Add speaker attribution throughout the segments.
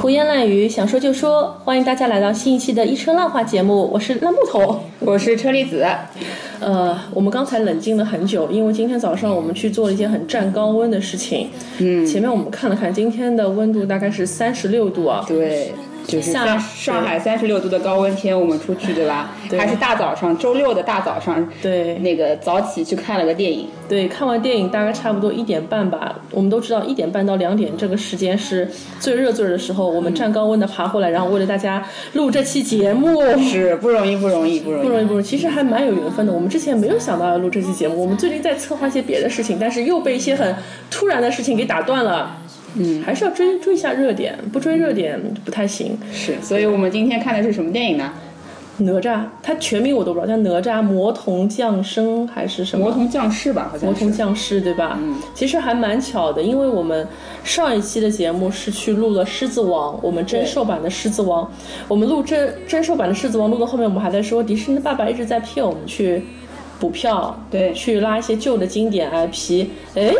Speaker 1: 胡言乱语，想说就说。欢迎大家来到新一期的《一车烂话》节目，我是烂木头。
Speaker 2: 我是车厘子，
Speaker 1: 呃，我们刚才冷静了很久，因为今天早上我们去做了一件很占高温的事情。嗯，前面我们看了看，今天的温度大概是三十六度啊。
Speaker 2: 对，就是
Speaker 1: 下
Speaker 2: 上上海三十六度的高温天，我们出去对吧？
Speaker 1: 对
Speaker 2: 还是大早上，周六的大早上，
Speaker 1: 对
Speaker 2: 那个早起去看了个电影，
Speaker 1: 对，看完电影大概差不多一点半吧。我们都知道一点半到两点这个时间是最热最热的时候，我们站高温的爬回来，然后为了大家录这期节目。
Speaker 2: 是不容易，不容易，不容
Speaker 1: 不
Speaker 2: 易。
Speaker 1: 容易，不容易，其实还蛮有缘分的。我们之前没有想到要录这期节目，我们最近在策划一些别的事情，但是又被一些很突然的事情给打断了。嗯，还是要追追一下热点，不追热点不太行。
Speaker 2: 是，所以我们今天看的是什么电影呢？
Speaker 1: 哪吒，它全名我都不知道，叫哪吒魔童降生还是什
Speaker 2: 《魔
Speaker 1: 么？
Speaker 2: 童降世》吧，好像
Speaker 1: 魔
Speaker 2: 是。
Speaker 1: 童降世对吧？嗯，其实还蛮巧的，因为我们上一期的节目是去录了《狮子王》，我们真兽版的《狮子王》，我们录真真兽版的《狮子王》录到后面，我们还在说迪士尼的爸爸一直在骗我们去补票，
Speaker 2: 对
Speaker 1: 去拉一些旧的经典 IP。哎，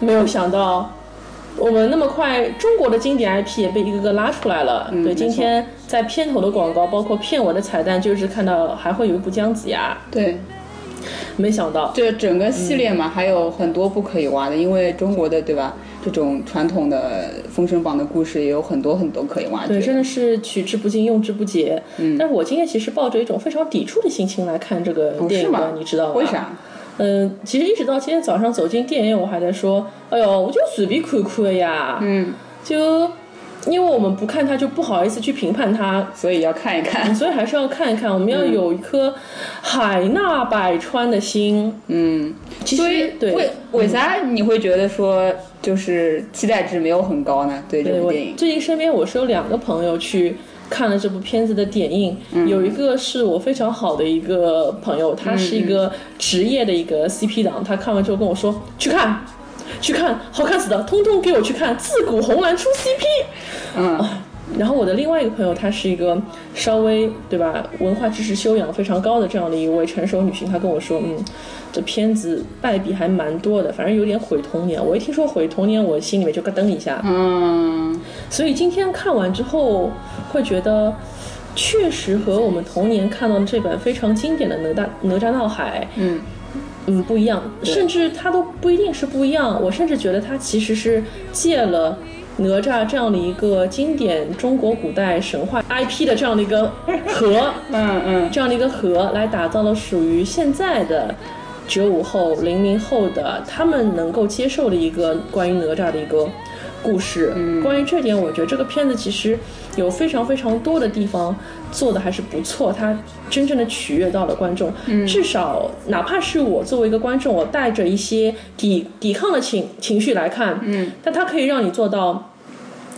Speaker 1: 没有想到我们那么快，中国的经典 IP 也被一个个拉出来了。对，
Speaker 2: 嗯没错
Speaker 1: 今天在片头的广告，包括片尾的彩蛋，就是看到还会有一部姜子牙，
Speaker 2: 对，
Speaker 1: 没想到。
Speaker 2: 这整个系列
Speaker 1: 嗯
Speaker 2: 嘛，还有很多不可以挖的，因为中国的对吧？这种传统的《封神榜》的故事也有很多很多可以挖掘。
Speaker 1: 对，真的是取之不尽，用之不竭。嗯，但是我今天其实抱着一种非常抵触的心情来看这个
Speaker 2: 不
Speaker 1: 电
Speaker 2: 是
Speaker 1: 影
Speaker 2: 吗
Speaker 1: 的，你知道吗？
Speaker 2: 为？啥？
Speaker 1: 嗯，其实一直到今天早上走进电影院，我还在说，哎呦，我就随便看看呀。
Speaker 2: 嗯，
Speaker 1: 就因为我们不看它，就不好意思去评判它，
Speaker 2: 所以要看一看。
Speaker 1: 所以还是要看一看，我们要有一颗海纳百川的心。
Speaker 2: 嗯，
Speaker 1: 其
Speaker 2: 所以
Speaker 1: 实对嗯
Speaker 2: 为。为啥你会觉得说就是期待值没有很高呢？对这
Speaker 1: 对
Speaker 2: 部
Speaker 1: 我
Speaker 2: 电影，
Speaker 1: 最近身边我是有两个朋友去看了这部片子的点映，
Speaker 2: 嗯
Speaker 1: 有一个是我非常好的一个朋友，他是
Speaker 2: 嗯
Speaker 1: 一个职业的一个 CP 党，他看完之后跟我说去看。去看，好看死的，通通给我去看！自古红蓝出 CP。
Speaker 2: 嗯，
Speaker 1: 然后我的另外一个朋友，她是一个稍微对吧，文化知识修养非常高的这样的一位成熟女性，她跟我说，嗯，这片子败笔还蛮多的，反正有点毁童年。我一听说毁童年，我心里面就咯噔一下。
Speaker 2: 嗯，
Speaker 1: 所以今天看完之后，会觉得确实和我们童年看到的这本非常经典的《哪吒哪吒闹海》，
Speaker 2: 嗯
Speaker 1: 嗯不一样，甚至它都不一定是不一样。我甚至觉得它其实是借了。哪吒这样的一个经典中国古代神话 IP 的这样的一个核，
Speaker 2: 嗯嗯，
Speaker 1: 这样的一个核来打造了属于现在的九五后、零零后的他们能够接受的一个关于哪吒的一个故事。关于这点，我觉得这个片子其实有非常非常多的地方做的还是不错，它真正的取悦到了观众。至少哪怕是我作为一个观众，我带着一些抵抵抗的情情绪来看，嗯，但它可以让你做到。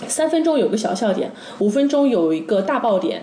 Speaker 1: 三分钟有个小笑点，五分钟有一个大爆点，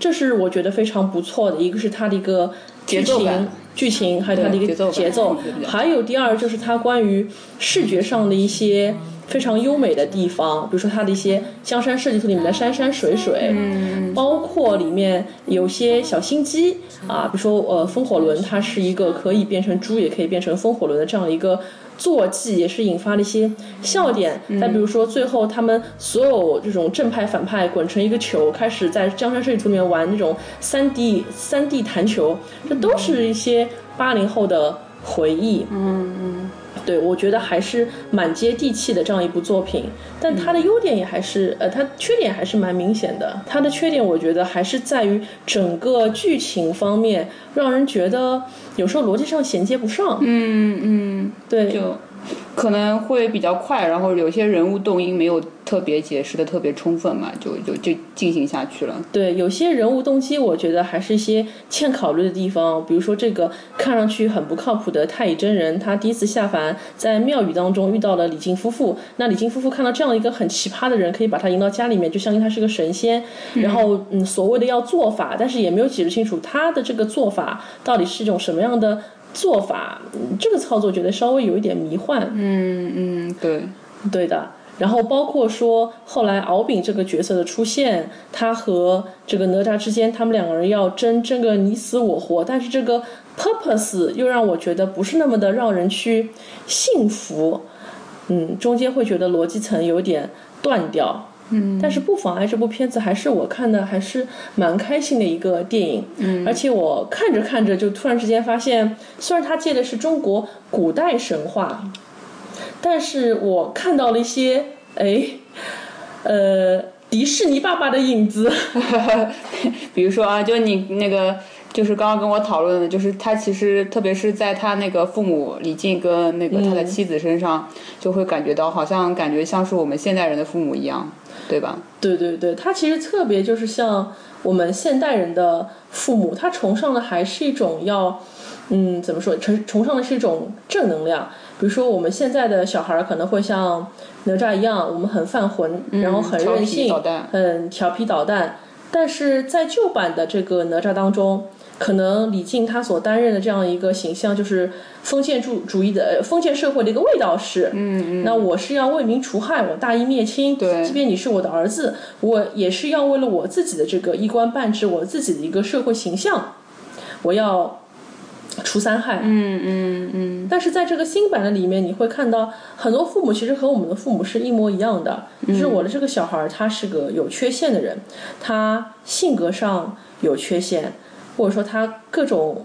Speaker 1: 这是我觉得非常不错的，一个是它的一个剧
Speaker 2: 节奏
Speaker 1: 情
Speaker 2: 感
Speaker 1: 剧情还有它的一个
Speaker 2: 对节奏感
Speaker 1: 节奏
Speaker 2: 对对对
Speaker 1: 还有第二就是它关于视觉上的一些非常优美的地方，比如说它的一些江山设计图里面的山山水水，嗯，包括里面有些小心机啊，比如说呃风火轮，它是一个可以变成猪也可以变成风火轮的这样一个。坐骑也是引发了一些笑点，再比如说最后他们所有这种正派反派滚成一个球，开始在江山设计图里面玩那种三 D 三 D 弹球，这都是一些八零后的回忆。嗯嗯，对，我觉得还是蛮接地气的这样一部作品，但它的优点也还是呃，它缺点还是蛮明显的。它的缺点我觉得还是在于整个剧情方面，让人觉得有时候逻辑上衔接不上。嗯嗯，对，
Speaker 2: 就可能会比较快，然后有些人物动因没有特别解释的特别充分嘛，就就就进行下去了。
Speaker 1: 对，有些人物动机，我觉得还是一些欠考虑的地方。比如说，这个看上去很不靠谱的太乙真人，他第一次下凡，在庙宇当中遇到了李靖夫妇。那李靖夫妇看到这样一个很奇葩的人，可以把他迎到家里面，就相信他是个神仙。然后，嗯，所谓的要做法，但是也没有解释清楚他的这个做法到底是一种什么样的做法。嗯这个操作觉得稍微有一点迷幻。
Speaker 2: 嗯嗯，对，
Speaker 1: 对的。然后包括说后来敖丙这个角色的出现，他和这个哪吒之间，他们两个人要争争个你死我活，但是这个 purpose 又让我觉得不是那么的让人去信服，嗯，中间会觉得逻辑层有点断掉。嗯，但是不妨碍这部片子还是我看的还是蛮开心的一个电影，嗯，而且我看着看着就突然之间发现，虽然它借的是中国古代神话，但是我看到了一些，哎，呃，迪士尼爸爸的影子，
Speaker 2: 比如说啊，就你那个。就是刚刚跟我讨论的，就是他其实，特别是在他那个父母李靖跟那个他
Speaker 1: 嗯
Speaker 2: 的妻子身上，就会感觉到好像感觉像是我们现代人的父母一样，对吧？
Speaker 1: 对对对，他其实特别就是像我们现代人的父母，他崇尚的还是一种要，嗯，怎么说？崇崇尚的是一种正能量。比如说我们现在的小孩儿可能会像哪吒一样，我们很犯浑，然后很任性
Speaker 2: 嗯调皮捣蛋，
Speaker 1: 嗯，调皮捣蛋。但是在旧版的这个哪吒当中，可能李靖他所担任的这样一个形象，就是封建主主义的呃封建社会的一个卫道士。嗯嗯。那我是要为民除害，我大义灭亲。
Speaker 2: 对
Speaker 1: 即便你是我的儿子，我也是要为了我自己的这个一官半职，我自己的一个社会形象，我要除三害。
Speaker 2: 嗯嗯嗯，
Speaker 1: 但是在这个新版的里面，你会看到很多父母其实和我们的父母是一模一样的，
Speaker 2: 嗯
Speaker 1: 就是我的这个小孩儿他是个有缺陷的人，他性格上有缺陷，或者说他各种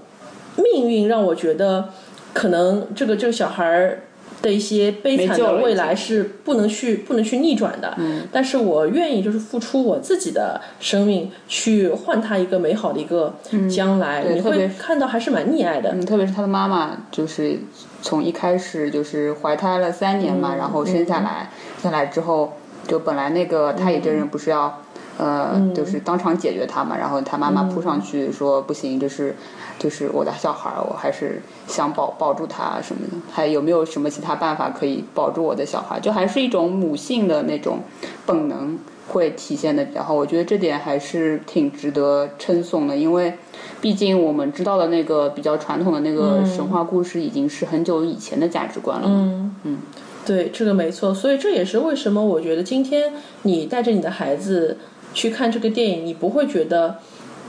Speaker 1: 命运让我觉得可能这个这个小孩儿。的一些悲惨
Speaker 2: 没救
Speaker 1: 的
Speaker 2: 了已经
Speaker 1: 未来是不能去不能去逆转的，
Speaker 2: 嗯
Speaker 1: 但是我愿意就是付出我自己的生命去换他一个美好的一个将来，
Speaker 2: 嗯对
Speaker 1: 你
Speaker 2: 特别
Speaker 1: 会看到还是蛮溺爱的。
Speaker 2: 嗯，特别是他的妈妈，就是从一开始就是怀胎了三年
Speaker 1: 嗯
Speaker 2: 嘛，然后生下来，下来之后，就本来那个太乙真
Speaker 1: 嗯
Speaker 2: 人不是要。呃，就是当场解决他嘛，然后他妈妈
Speaker 1: 嗯
Speaker 2: 扑上去说：“不行，这是，就是我的小孩儿，我还是想保保住他什么的。还有没有什么其他办法可以保住我的小孩？就还是一种母性的那种本能会体现的比较好。我觉得这点还是挺值得称颂的，因为毕竟我们知道的那个比较传统的那个神话故事，已经是很久以前的价值观了。嗯嗯，
Speaker 1: 对，这个没错，所以这也是为什么我觉得今天你带着你的孩子去看这个电影，你不会觉得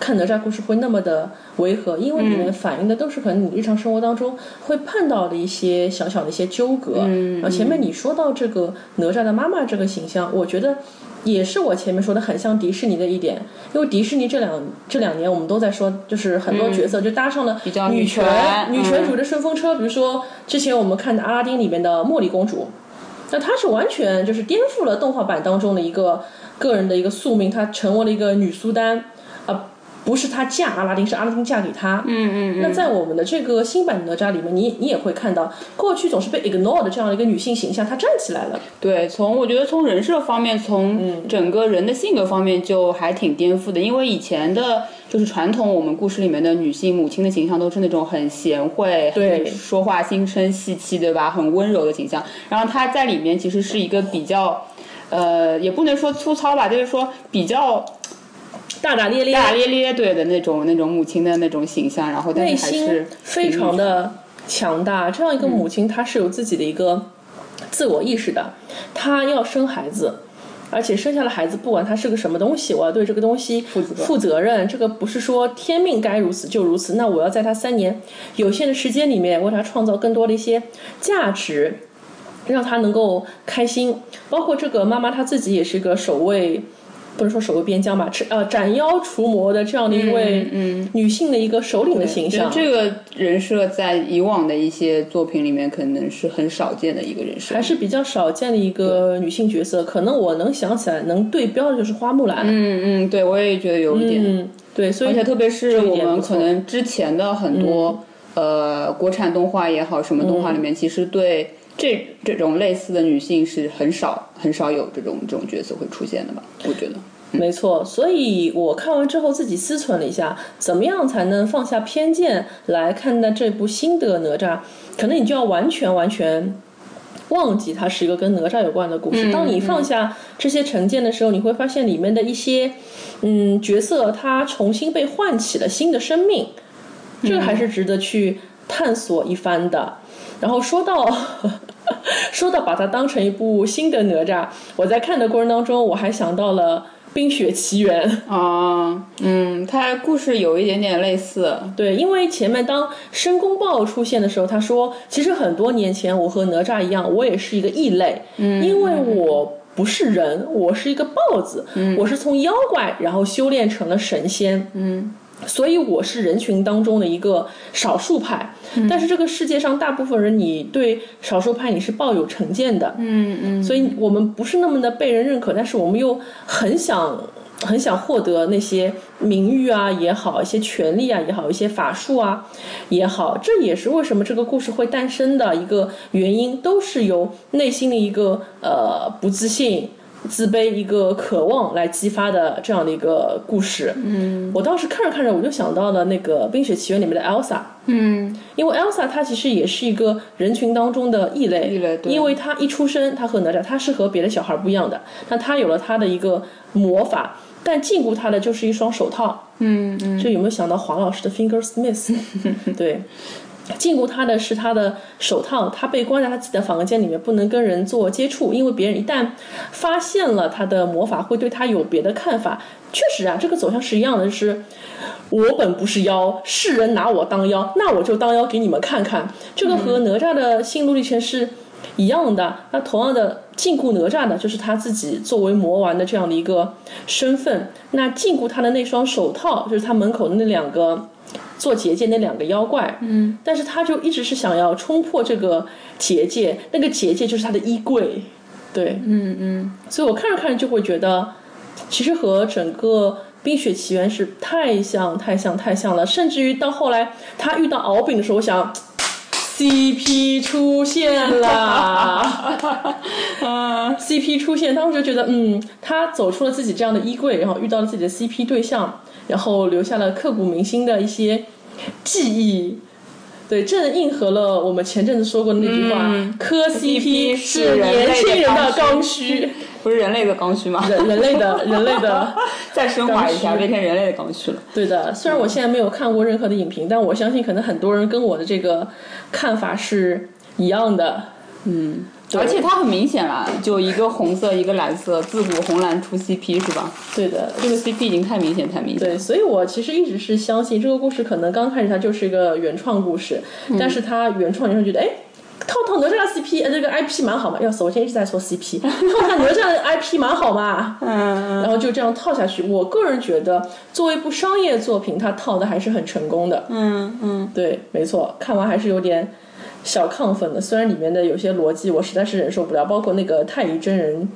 Speaker 1: 看哪吒故事会那么的违和，因为里面反映的都是可能你日常生活当中会碰到的一些小小的一些纠葛。嗯，然后前面你说到这个哪吒的妈妈这个形象，我觉得。也是我前面说的很像迪士尼的一点，因为迪士尼这两这两年我们都在说，就是很多角色就搭上了
Speaker 2: 嗯比较
Speaker 1: 女
Speaker 2: 女
Speaker 1: 权
Speaker 2: 权
Speaker 1: 女权
Speaker 2: 嗯
Speaker 1: 主义的顺风车，比如说之前我们看的《阿拉丁》里面的茉莉公主，那她是完全就是颠覆了动画版当中的一个个人的一个宿命，她成为了一个女苏丹，啊、不是她嫁阿拉丁，是阿拉丁嫁给她。嗯嗯那在我们的这个新版哪吒里面，你你也会看到，过去总是被 ignore 的这样的一个女性形象，她站起来了。
Speaker 2: 对，从我觉得从人设方面，从
Speaker 1: 嗯
Speaker 2: 整个人的性格方面就还挺颠覆的，因为以前的就是传统我们故事里面的女性母亲的形象都是那种很贤惠，
Speaker 1: 对
Speaker 2: 很说话心声细气，对吧？很温柔的形象，然后她在里面其实是一个比较。呃，也不能说粗糙吧，就是说比较
Speaker 1: 大大咧咧，
Speaker 2: 大大咧咧对的那种那种母亲的那种形象，然后但
Speaker 1: 内
Speaker 2: 是还是
Speaker 1: 心非常的强大。这样
Speaker 2: 嗯
Speaker 1: 一个母亲，她是有自己的一个自我意识的，她要生孩子。而且生下了孩子，不管他是个什么东西，我要对这个东西负
Speaker 2: 责
Speaker 1: 任。这个不是说天命该如此就如此，那我要在他三年有限的时间里面，为他创造更多的一些价值，让他能够开心。包括这个妈妈她自己也是一个守卫，不能说守卫边疆吧，是呃斩妖除魔的这样的一位
Speaker 2: 嗯
Speaker 1: 女性的一个首领的形
Speaker 2: 就
Speaker 1: 象。
Speaker 2: 这个人设在以往的一些作品里面，可能是很少见的一个人设。
Speaker 1: 还是比较少见的一个女性角色，可能我能想起来能对标的就是花木兰。
Speaker 2: 嗯嗯，对，我也觉得有一点。
Speaker 1: 嗯，对，所
Speaker 2: 而
Speaker 1: 以
Speaker 2: 且特别是
Speaker 1: 这一
Speaker 2: 我
Speaker 1: 点
Speaker 2: 们
Speaker 1: 不错
Speaker 2: 可能之前的很多、呃国产动画也好，什么动画里面，其实对这这种类似的女性是很少很少有这种这种角色会出现的吧？我觉得。
Speaker 1: 没错，所以我看完之后自己思忖了一下，怎么样才能放下偏见来看待这部新的哪吒？可能你就要完全完全忘记它是一个跟哪吒有关的故事。当你放下这些成见的时候，你会发现里面的一些嗯角色，它重新被唤起了新的生命，这个还是值得去探索一番的。然后说到 说到把它当成一部新的哪吒，我在看的过程当中，我还想到了《冰雪奇缘》。
Speaker 2: 啊，嗯，它故事有一点点类似，
Speaker 1: 对，因为前面当申公豹出现的时候，他
Speaker 2: 嗯
Speaker 1: 说：“其实很多年前，我和哪吒一样，我也是一个异类，因为我不是人，我是一个豹子，我是从妖怪然后修炼成了神仙，
Speaker 2: 嗯
Speaker 1: 所以我是人群当中的一个少数派。
Speaker 2: 嗯
Speaker 1: 但是这个世界上大部分人，你对少数派你是抱有成见的，
Speaker 2: 嗯嗯，
Speaker 1: 所以我们不是那么的被人认可，但是我们又很想很想获得那些名誉啊也好，一些权利啊也好，一些法术啊也好，这也是为什么这个故事会诞生的一个原因，都是由内心的一个呃不自信。自卑一个渴望来激发的这样的一个故事，嗯，我当时看着看着我就想到了那个《冰雪奇缘》里面的 Elsa，
Speaker 2: 嗯
Speaker 1: 因为 Elsa 她其实也是一个人群当中的异类，
Speaker 2: 异类对
Speaker 1: 因为她一出生，她和哪吒，她是和别的小孩不一样的。那她有了她的一个魔法，但禁锢她的就是一双手套。
Speaker 2: 嗯嗯，
Speaker 1: 这有没有想到黄老师的 Fingersmith？对。禁锢她的是她的手套，她被关在她自己的房间里面，不能跟人做接触，因为别人一旦发现了她的魔法，会对她有别的看法。确实啊，这个走向是一样的，就是我本不是妖，世人拿我当妖，那我就当妖给你们看看。这个和哪吒的心路历程是一样的。那同样的，禁锢哪吒的就是他自己作为魔丸的这样的一个身份。那禁锢他的那双手套，就是他门口的那两个做结界那两个妖怪。嗯，但是他就一直是想要冲破这个结界，那个结界就是他的衣柜。对，
Speaker 2: 嗯嗯
Speaker 1: 所以我看着看着就会觉得，其实和整个《冰雪奇缘》是太像、太像、太像了。甚至于到后来他遇到敖丙的时候，我想 CP 出现啦
Speaker 2: 啊，
Speaker 1: ，CP 出现，当时就觉得，嗯，他走出了自己这样的衣柜，然后遇到了自己的 CP 对象，然后留下了刻骨铭心的一些记忆。对，正应和了我们前阵子说过的那句话：“
Speaker 2: 嗯
Speaker 1: 磕 CP 是年轻人的刚 需。”
Speaker 2: 不是人类的刚需吗？
Speaker 1: 人人类的 人类的，
Speaker 2: 再升华一下，
Speaker 1: 刚需
Speaker 2: 变成人类的刚需了。
Speaker 1: 对的。虽然我现在没有看过任何的影评，但我相信可能很多人跟我的这个看法是一样的。
Speaker 2: 嗯，而且它很明显啦，就一个红色，一个蓝色，自古红蓝出 CP 是吧？
Speaker 1: 对的，
Speaker 2: 这个 CP 已经太明显，太明 显。
Speaker 1: 对，所以我其实一直是相信这个故事，可能刚开始它就是一个原创故事，
Speaker 2: 嗯
Speaker 1: 但是它原创原创觉得哎。套套哪吒的 CP，呃这个 IP 蛮好嘛。要死，我今天一直在说 CP，套套哪吒的 IP 蛮好嘛。
Speaker 2: 嗯，
Speaker 1: 然后就这样套下去，我个人觉得，作为一部商业作品，它套的还是很成功的。
Speaker 2: 嗯嗯
Speaker 1: 对，没错，看完还是有点小亢奋的。虽然里面的有些逻辑我实在是忍受不了，包括那个太乙真人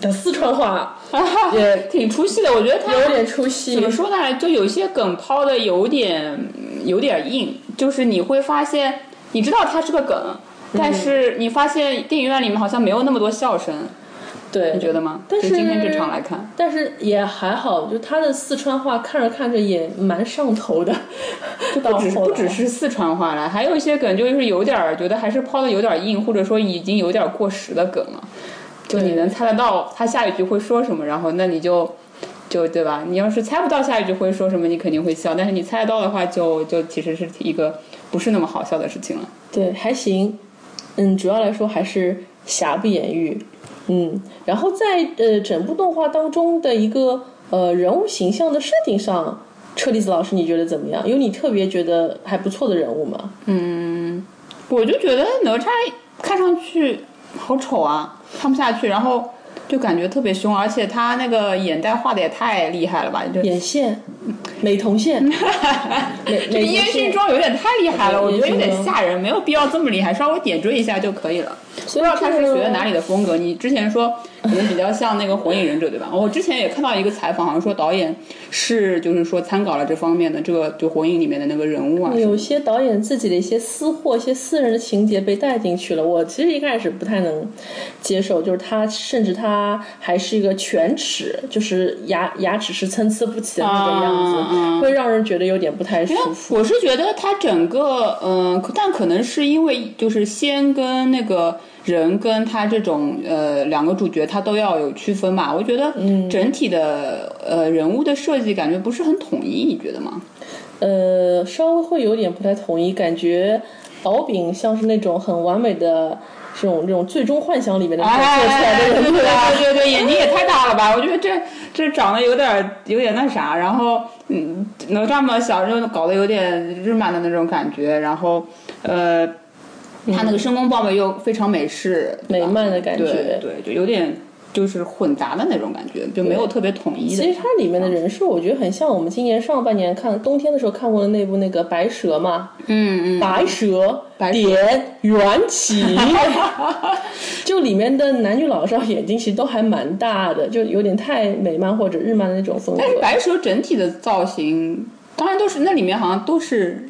Speaker 1: 的四川话也
Speaker 2: 嗯，挺出戏的，我觉得它
Speaker 1: 有点出
Speaker 2: 怎
Speaker 1: 戏
Speaker 2: 么。说呢？就有一些梗抛的有点有点硬，就是你会发现，你知道它是个梗，
Speaker 1: 嗯
Speaker 2: 但是你发现电影院里面好像没有那么多笑声，你
Speaker 1: 对，
Speaker 2: 觉得吗？
Speaker 1: 但是
Speaker 2: 就今天这场来看，
Speaker 1: 但是也还好，就他的四川话看着看着也蛮上头的。
Speaker 2: 就
Speaker 1: 到
Speaker 2: 不只是
Speaker 1: 后
Speaker 2: 不
Speaker 1: 来
Speaker 2: 只是四川话了，还有一些梗就是有点儿觉得还是抛的有点硬，或者说已经有点过时的梗了。就你
Speaker 1: 对
Speaker 2: 能猜得到他下一句会说什么，然后那你就就对吧？你要是猜不到下一句会说什么，你肯定会笑；但是你猜得到的话就，就其实是一个不是那么好笑的事情了。
Speaker 1: 对，还行。嗯，主要来说还是瑕不掩瑜。嗯，然后在呃整部动画当中的一个呃人物形象的设定上，车厘子老师你觉得怎么样？有你特别觉得还不错的人物吗？
Speaker 2: 我就觉得哪吒看上去好丑啊，看不下去，然后就感觉特别凶，而且他那个眼袋画的也太厉害了吧，就
Speaker 1: 眼线、美瞳 线、美
Speaker 2: 这个
Speaker 1: 美瞳
Speaker 2: 烟熏
Speaker 1: 线，
Speaker 2: 妆有点太厉害了，我
Speaker 1: 对
Speaker 2: 觉得有
Speaker 1: 烟熏
Speaker 2: 点
Speaker 1: 妆
Speaker 2: 吓人，没有必要这么厉害，稍微点缀一下就可以了。不
Speaker 1: 所
Speaker 2: 知
Speaker 1: 以
Speaker 2: 道他是
Speaker 1: 这个
Speaker 2: 学的哪里的风格？你之前说可能比较像那个《火影忍者》，对吧？我之前也看到一个采访，好像说导演是就是说参考了这方面的这个就《火影》里面的那个人物啊什么的。
Speaker 1: 有些导演自己的一些私货、一些私人的情节被带进去了，我其实一开始不太能接受，就是他甚至他还是一个犬齿，就是牙牙齿是参差不齐的那个样子，
Speaker 2: 啊
Speaker 1: 会让人觉得有点不太舒服。
Speaker 2: 我是觉得它整个，嗯、可但可能是因为就是仙跟那个人跟他这种呃两个主角，他都要有区分嘛。我觉得
Speaker 1: 嗯
Speaker 2: 整体的、呃人物的设计感觉不是很统一，你觉得吗？
Speaker 1: 呃，稍微会有点不太统一，感觉敖丙像是那种很完美的这种这种最终幻想里面的那种做出来的人
Speaker 2: 对
Speaker 1: 物啊
Speaker 2: 对对对，眼睛也太大了吧！我觉得这这长得有点有点那啥，然后嗯，哪吒嘛，小时候搞得有点日漫的那种感觉，然后呃。它那个申公豹美又非常美式
Speaker 1: 美漫的感觉。
Speaker 2: 对对，就有点就是混杂的那种感觉，就没有特别统一的。
Speaker 1: 其实它里面的人设，我觉得很像我们今年上半年看冬天的时候看过的那部那个《白蛇》嘛，
Speaker 2: 嗯嗯，
Speaker 1: 白蛇
Speaker 2: 白蛇
Speaker 1: 点缘起， 就里面的男女老少眼睛其实都还蛮大的，就有点太美漫或者日漫的那种风格
Speaker 2: 但。是白蛇整体的造型，当然都是那里面好像都是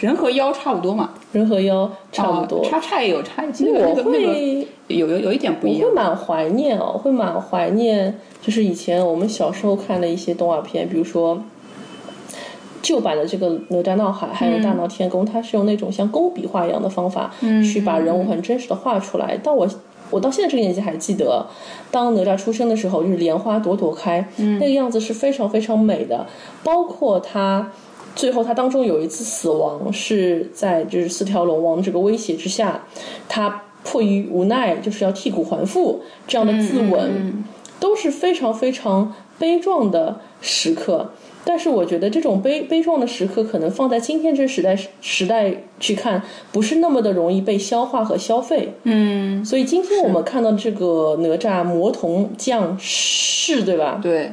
Speaker 2: 人和妖差不多嘛，
Speaker 1: 人和妖差不多
Speaker 2: 啊，叉叉也有差，
Speaker 1: 所
Speaker 2: 那
Speaker 1: 以
Speaker 2: 个
Speaker 1: 我
Speaker 2: 那个那个
Speaker 1: 会
Speaker 2: 有有有一点不
Speaker 1: 我
Speaker 2: 一样
Speaker 1: 会。蛮怀念哦，会蛮怀念，就是以前我们小时候看的一些动画片，比如说旧版的这个《哪吒闹海》，还有《
Speaker 2: 嗯
Speaker 1: 大闹天宫》，它是用那种像勾笔画一样的方法，去把人物很真实的画出来。但我我到现在这个年纪还记得，当哪吒出生的时候，就是莲花朵朵开，
Speaker 2: 嗯
Speaker 1: 那个样子是非常非常美的。包括他最后他当中有一次死亡是在就是四条龙王这个威胁之下，他迫于无奈就是要剔骨还父这样的自刎，都是非常非常悲壮的时刻。但是我觉得这种悲悲壮的时刻，可能放在今天这时代时代去看，不是那么的容易被消化和消费。
Speaker 2: 嗯，
Speaker 1: 所以今天我们看到这个哪吒魔童降世，对吧？
Speaker 2: 对，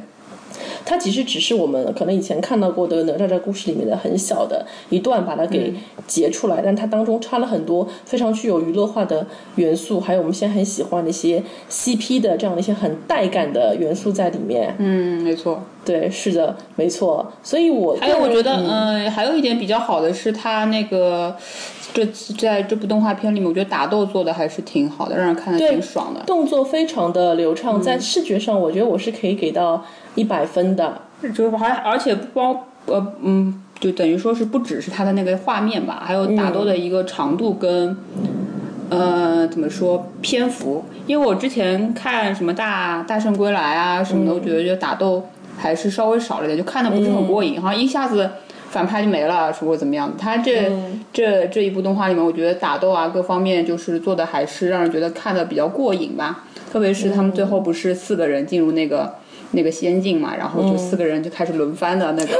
Speaker 1: 它其实只是我们可能以前看到过的哪吒的故事里面的很小的一段，把它给截出来，但它当中插了很多非常具有娱乐化的元素，还有我们现在很喜欢的一些 CP 的这样的一些很带感的元素在里面。
Speaker 2: 嗯，没错。
Speaker 1: 对，是的，没错。所以我
Speaker 2: 还有，我觉得，
Speaker 1: 嗯
Speaker 2: 嗯、还有一点比较好的是，他那个这在这部动画片里面，我觉得打斗做的还是挺好的，让人看的挺爽的。
Speaker 1: 动作非常的流畅，在视觉上，我觉得我是可以给到一百分的。
Speaker 2: 就是还而且不光呃嗯，就等于说是不只是它的那个画面吧，还有打斗的一个长度跟、呃怎么说篇幅，因为我之前看什么大大圣归来啊什么的，我觉得就打斗还是稍微少了一点，就看的不是很过瘾，好像一下子。反派就没了，是或者怎么样的？他这、这这一部动画里面，我觉得打斗啊各方面就是做的还是让人觉得看的比较过瘾吧。特别是他们最后不是四个人进入那个那个仙境嘛，然后就四个人就开始轮番的那个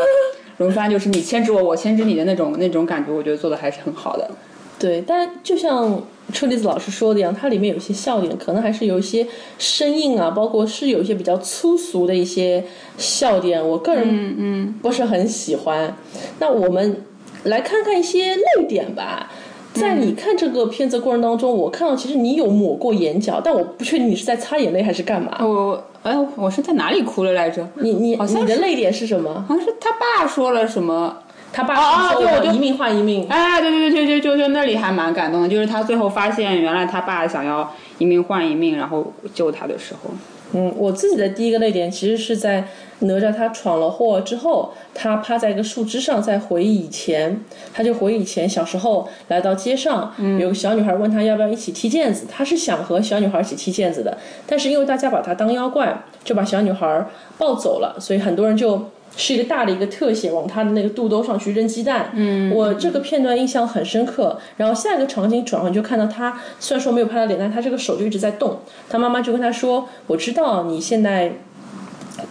Speaker 2: 轮番，就是你牵制我，我牵制你的那种那种感觉，我觉得做的还是很好的。
Speaker 1: 对，但就像车厘子老师说的一样，它里面有些笑点，可能还是有一些生硬啊，包括是有一些比较粗俗的一些笑点，我个人
Speaker 2: 嗯，
Speaker 1: 不是很喜欢。那我们来看看一些泪点吧。在
Speaker 2: 嗯
Speaker 1: 你看这个片子过程当中，我看到其实你有抹过眼角，但我不确定你是在擦眼泪还是干嘛。
Speaker 2: 我哎，我是在哪里哭了来着？
Speaker 1: 你你
Speaker 2: 好像
Speaker 1: 你的
Speaker 2: 是
Speaker 1: 泪点是什么？
Speaker 2: 好像是他爸说了什么。
Speaker 1: 他爸
Speaker 2: 哦哦
Speaker 1: 说
Speaker 2: 对我
Speaker 1: 我
Speaker 2: 就
Speaker 1: 一命换一命，
Speaker 2: 哎，对对对对对，就就那里还蛮感动的，就是他最后发现原来他爸想要一命换一命，然后救他的时候，
Speaker 1: 嗯，我自己的第一个泪点其实是在哪吒他闯了祸之后，他趴在一个树枝上，在回忆以前，他就回忆以前小时候来到街上，有个小女孩问他要不要一起踢毽子，他是想和小女孩一起踢毽子的，但是因为大家把他当妖怪，就把小女孩抱走了，所以很多人就是一个大的一个特写，往他的那个肚兜上去扔鸡蛋。嗯，我这个片段印象很深刻。然后下一个场景转换，就看到他虽然说没有拍到脸，但他这个手就一直在动。他妈妈就跟他说：“我知道你现在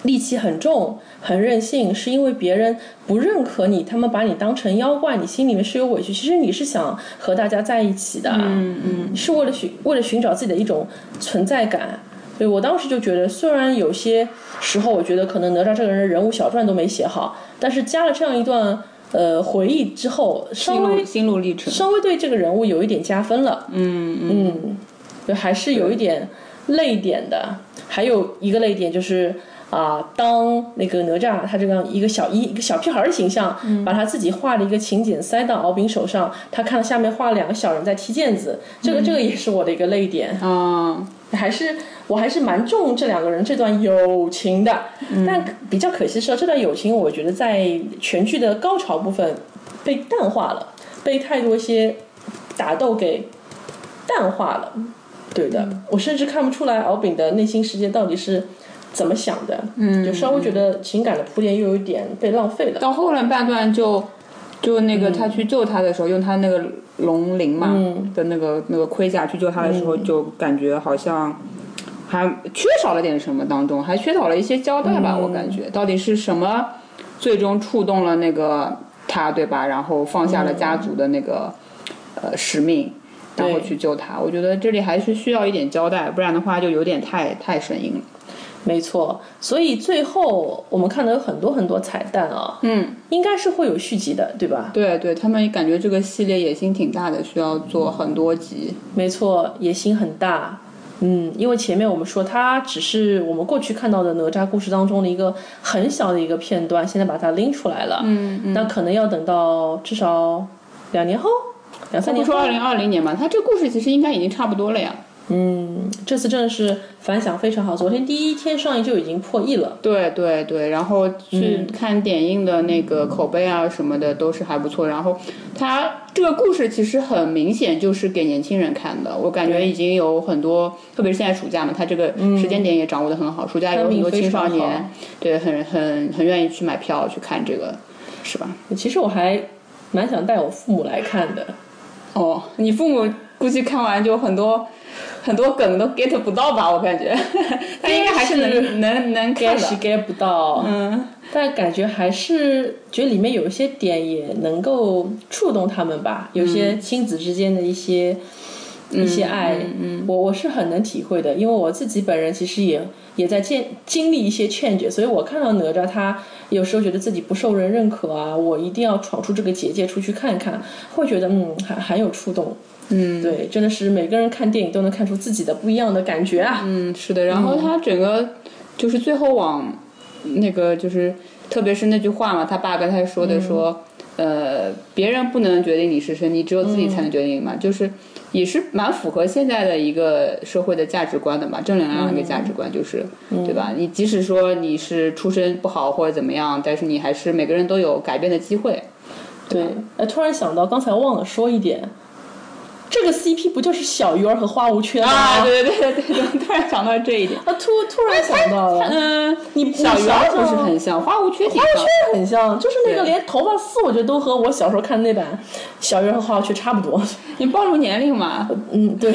Speaker 1: 戾气很重，很任性，是因为别人不认可你，他们把你当成妖怪，你心里面是有委屈。其实你是想和大家在一起的，嗯嗯，是为了寻为了寻找自己的一种存在感。”所以我当时就觉得，虽然有些时候我觉得可能哪吒这个人的人物小传都没写好，但是加了这样一段呃回忆之后，稍
Speaker 2: 心
Speaker 1: 微
Speaker 2: 路心路历程。
Speaker 1: 稍微对这个人物有一点加分了。
Speaker 2: 嗯嗯，
Speaker 1: 嗯，对，还是有一点泪点的。还有一个泪点就是啊、当那个哪吒他这个一个小一一个小屁孩儿的形象，
Speaker 2: 嗯
Speaker 1: 把他自己画的一个请柬塞到敖丙手上，他看到下面画了两个小人在踢毽子，这
Speaker 2: 嗯
Speaker 1: 个、这个也是我的一个泪点。
Speaker 2: 啊、
Speaker 1: 还是我还是蛮重这两个人这段友情的，
Speaker 2: 嗯
Speaker 1: 但比较可惜是这段友情，我觉得在全剧的高潮部分被淡化了，被太多一些打斗给淡化了。对的，我甚至看不出来敖丙的内心世界到底是怎么想的，嗯，就稍微觉得情感的铺垫又有一点被浪费了。
Speaker 2: 到后来半段就就那
Speaker 1: 嗯
Speaker 2: 个他去救他的时候，用他那个龙鳞嘛、的那个那个盔甲去救他的时候，
Speaker 1: 嗯
Speaker 2: 就感觉好像还缺少了点什么，当中还缺少了一些交代吧，我
Speaker 1: 嗯
Speaker 2: 感觉到底是什么最终触动
Speaker 1: 嗯
Speaker 2: 了那个他，对吧？然后放下了家族的那个、呃使命。然后去救他。我觉得这里还是需要一点交代，不然的话就有点太太生硬了。
Speaker 1: 没错，所以最后我们看到有很多很多彩蛋啊，
Speaker 2: 嗯，
Speaker 1: 应该是会有续集的，对吧？
Speaker 2: 对对，他们感觉这个系列野心挺大的，需要做很多集。
Speaker 1: 没错，野心很大。嗯，因为前面我们说它只是我们过去看到的哪吒故事当中的一个很小的一个片段，现在把它拎出来了。
Speaker 2: 嗯嗯，
Speaker 1: 那可能要等到至少两年后，两
Speaker 2: 他
Speaker 1: 三
Speaker 2: 不
Speaker 1: 年
Speaker 2: 说
Speaker 1: 后。
Speaker 2: 二零二零年嘛，他这故事其实应该已经差不多了呀。
Speaker 1: 嗯，这次真的是反响非常好，昨天第一天上映就已经破亿了。
Speaker 2: 对对对，然后去看点映的那个口碑啊什么的都是还不错。然后它这个故事其实很明显就是给年轻人看的，我感觉已经有很多，特别是现在暑假嘛，它这个时间点也掌握的很好，暑假有很多青少
Speaker 1: 产品非常
Speaker 2: 年对很很很愿意去买票去看这个，是吧？
Speaker 1: 其实我还蛮想带我父母来看的。
Speaker 2: 哦，你父母估计看完就很多。很多梗都 get 不到吧，我感觉， 他应该还是
Speaker 1: 但
Speaker 2: 能能能看
Speaker 1: get
Speaker 2: 的
Speaker 1: 是 get 不到，
Speaker 2: 嗯，
Speaker 1: 但感觉还是觉得里面有一些点也能够触动他们吧，有些亲子之间的一些、一些爱，
Speaker 2: 嗯
Speaker 1: 我我是很能体会的，因为我自己本人其实也也在见经历一些劝解，所以我看到哪吒他有时候觉得自己不受人认可啊，我一定要闯出这个结界出去看看，会觉得嗯还很有触动，
Speaker 2: 嗯，
Speaker 1: 对，真的是每个人看电影都能看出自己的不一样的感觉啊，
Speaker 2: 嗯，是的。然后他整个就是最后往那个就是，特别是那句话嘛，他爸跟他说的说，
Speaker 1: 嗯
Speaker 2: 呃，别人不能决定你是谁，你只有自己才能决定嘛，
Speaker 1: 嗯
Speaker 2: 就是也是蛮符合现在的一个社会的价值观的嘛，正能量的一个价值
Speaker 1: 嗯
Speaker 2: 观，就是、对吧？你即使说你是出身不好或者怎么样，但是你还是每个人都有改变的机会。
Speaker 1: 对，哎，突然想到刚才忘了说一点，这个 CP 不就是小鱼儿和花无缺吗？
Speaker 2: 啊，对对对对对，突然想到这一点。
Speaker 1: 啊突突然想到了，
Speaker 2: 嗯，
Speaker 1: 你
Speaker 2: 小
Speaker 1: 你
Speaker 2: 鱼
Speaker 1: 想
Speaker 2: 儿
Speaker 1: 想
Speaker 2: 不是很像，花无缺啊挺
Speaker 1: 花无
Speaker 2: 像
Speaker 1: 缺。也很像，就是那个连头发丝，我觉得都和我小时候看那版小鱼儿和花无缺差不多。
Speaker 2: 你暴露年龄嘛？
Speaker 1: 嗯， 对，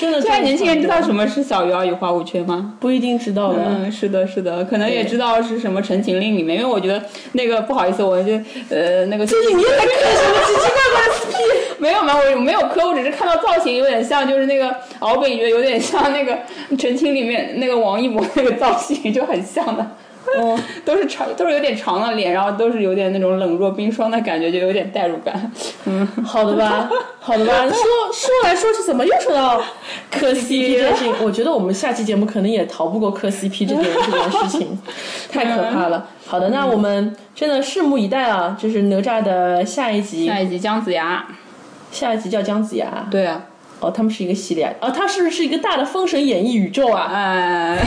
Speaker 1: 真的。
Speaker 2: 现在
Speaker 1: 真的
Speaker 2: 年轻人知
Speaker 1: 差
Speaker 2: 道
Speaker 1: 不多
Speaker 2: 什么是小鱼儿与花无缺吗？
Speaker 1: 不一定知道的。
Speaker 2: 嗯， 是的，是的，可能也知道是什么《陈情令》里面，因为我觉得那个不好意思，我就呃那个
Speaker 1: 最近你也在看什么奇奇怪怪的 CP？
Speaker 2: 没有没有，我没有磕，我只是看到造型有点像，就是那个敖丙觉有点像那个《陈情》里面那个王一博那个造型就很像的，
Speaker 1: 嗯，
Speaker 2: 都是长都是有点长的脸，然后都是有点那种冷若冰霜的感觉，就有点代入感。嗯，
Speaker 1: 好的 吧，好的吧。说说来说去，怎么又说到磕 CP 这件事情？我觉得我们下期节目可能也逃不过磕 CP 这件这件事情，太可怕
Speaker 2: 嗯
Speaker 1: 了。好的，那我们真的拭目以待啊！就是哪吒的下一集，
Speaker 2: 下一集姜子牙，
Speaker 1: 下一集叫姜子牙。
Speaker 2: 对啊，
Speaker 1: 哦，他们是一个系列啊。哦，它是不是一个大的《封神演义》宇宙啊？
Speaker 2: 哎。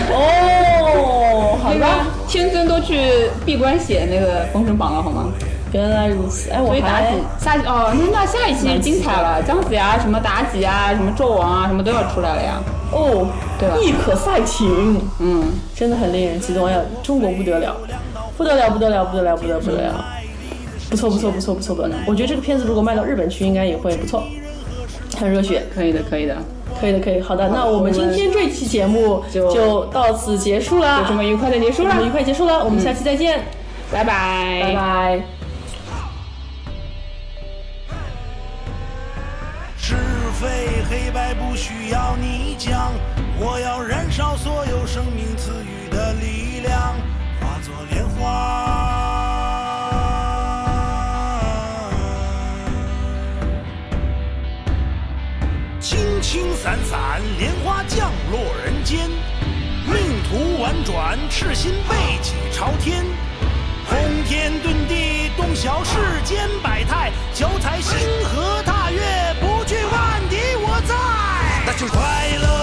Speaker 1: 哦，好
Speaker 2: 那
Speaker 1: 吧
Speaker 2: 个，天尊都去闭关写那个《封神榜》了，好吗？
Speaker 1: 原来如此。哎，我
Speaker 2: 啊所以妲
Speaker 1: 还
Speaker 2: 己下哦，那那下一期精彩了，姜子牙什么妲己啊，什么纣王啊，什么都要出来了呀。
Speaker 1: 哦，
Speaker 2: 对吧
Speaker 1: 亦可赛秦。
Speaker 2: 嗯，
Speaker 1: 真的很令人激动。哎呀，中国不得了，不得了，不得了，不得了，不得了不得了，不错，不错，不错，不错，不错。我觉得这个片子如果卖到日本去，应该也会不错，很热血。
Speaker 2: 可以的，可以的，
Speaker 1: 可以的，可以的。好的，那我们今天这期节目
Speaker 2: 就
Speaker 1: 就到此结束
Speaker 2: 就这
Speaker 1: 啦，
Speaker 2: 么愉快的结束
Speaker 1: 我
Speaker 2: 了
Speaker 1: 们，愉快结束了，我们下期再见，
Speaker 2: 拜嗯拜，
Speaker 1: 拜拜。
Speaker 3: 是非黑白不需要你讲，我要燃烧所有生命赐予的力量，化作莲花。清清散散，莲花降落人间，命途婉转，赤心背脊朝天，通天遁地，洞晓世间百态，脚踩星河踏月，不惧万敌我在。那就是快乐。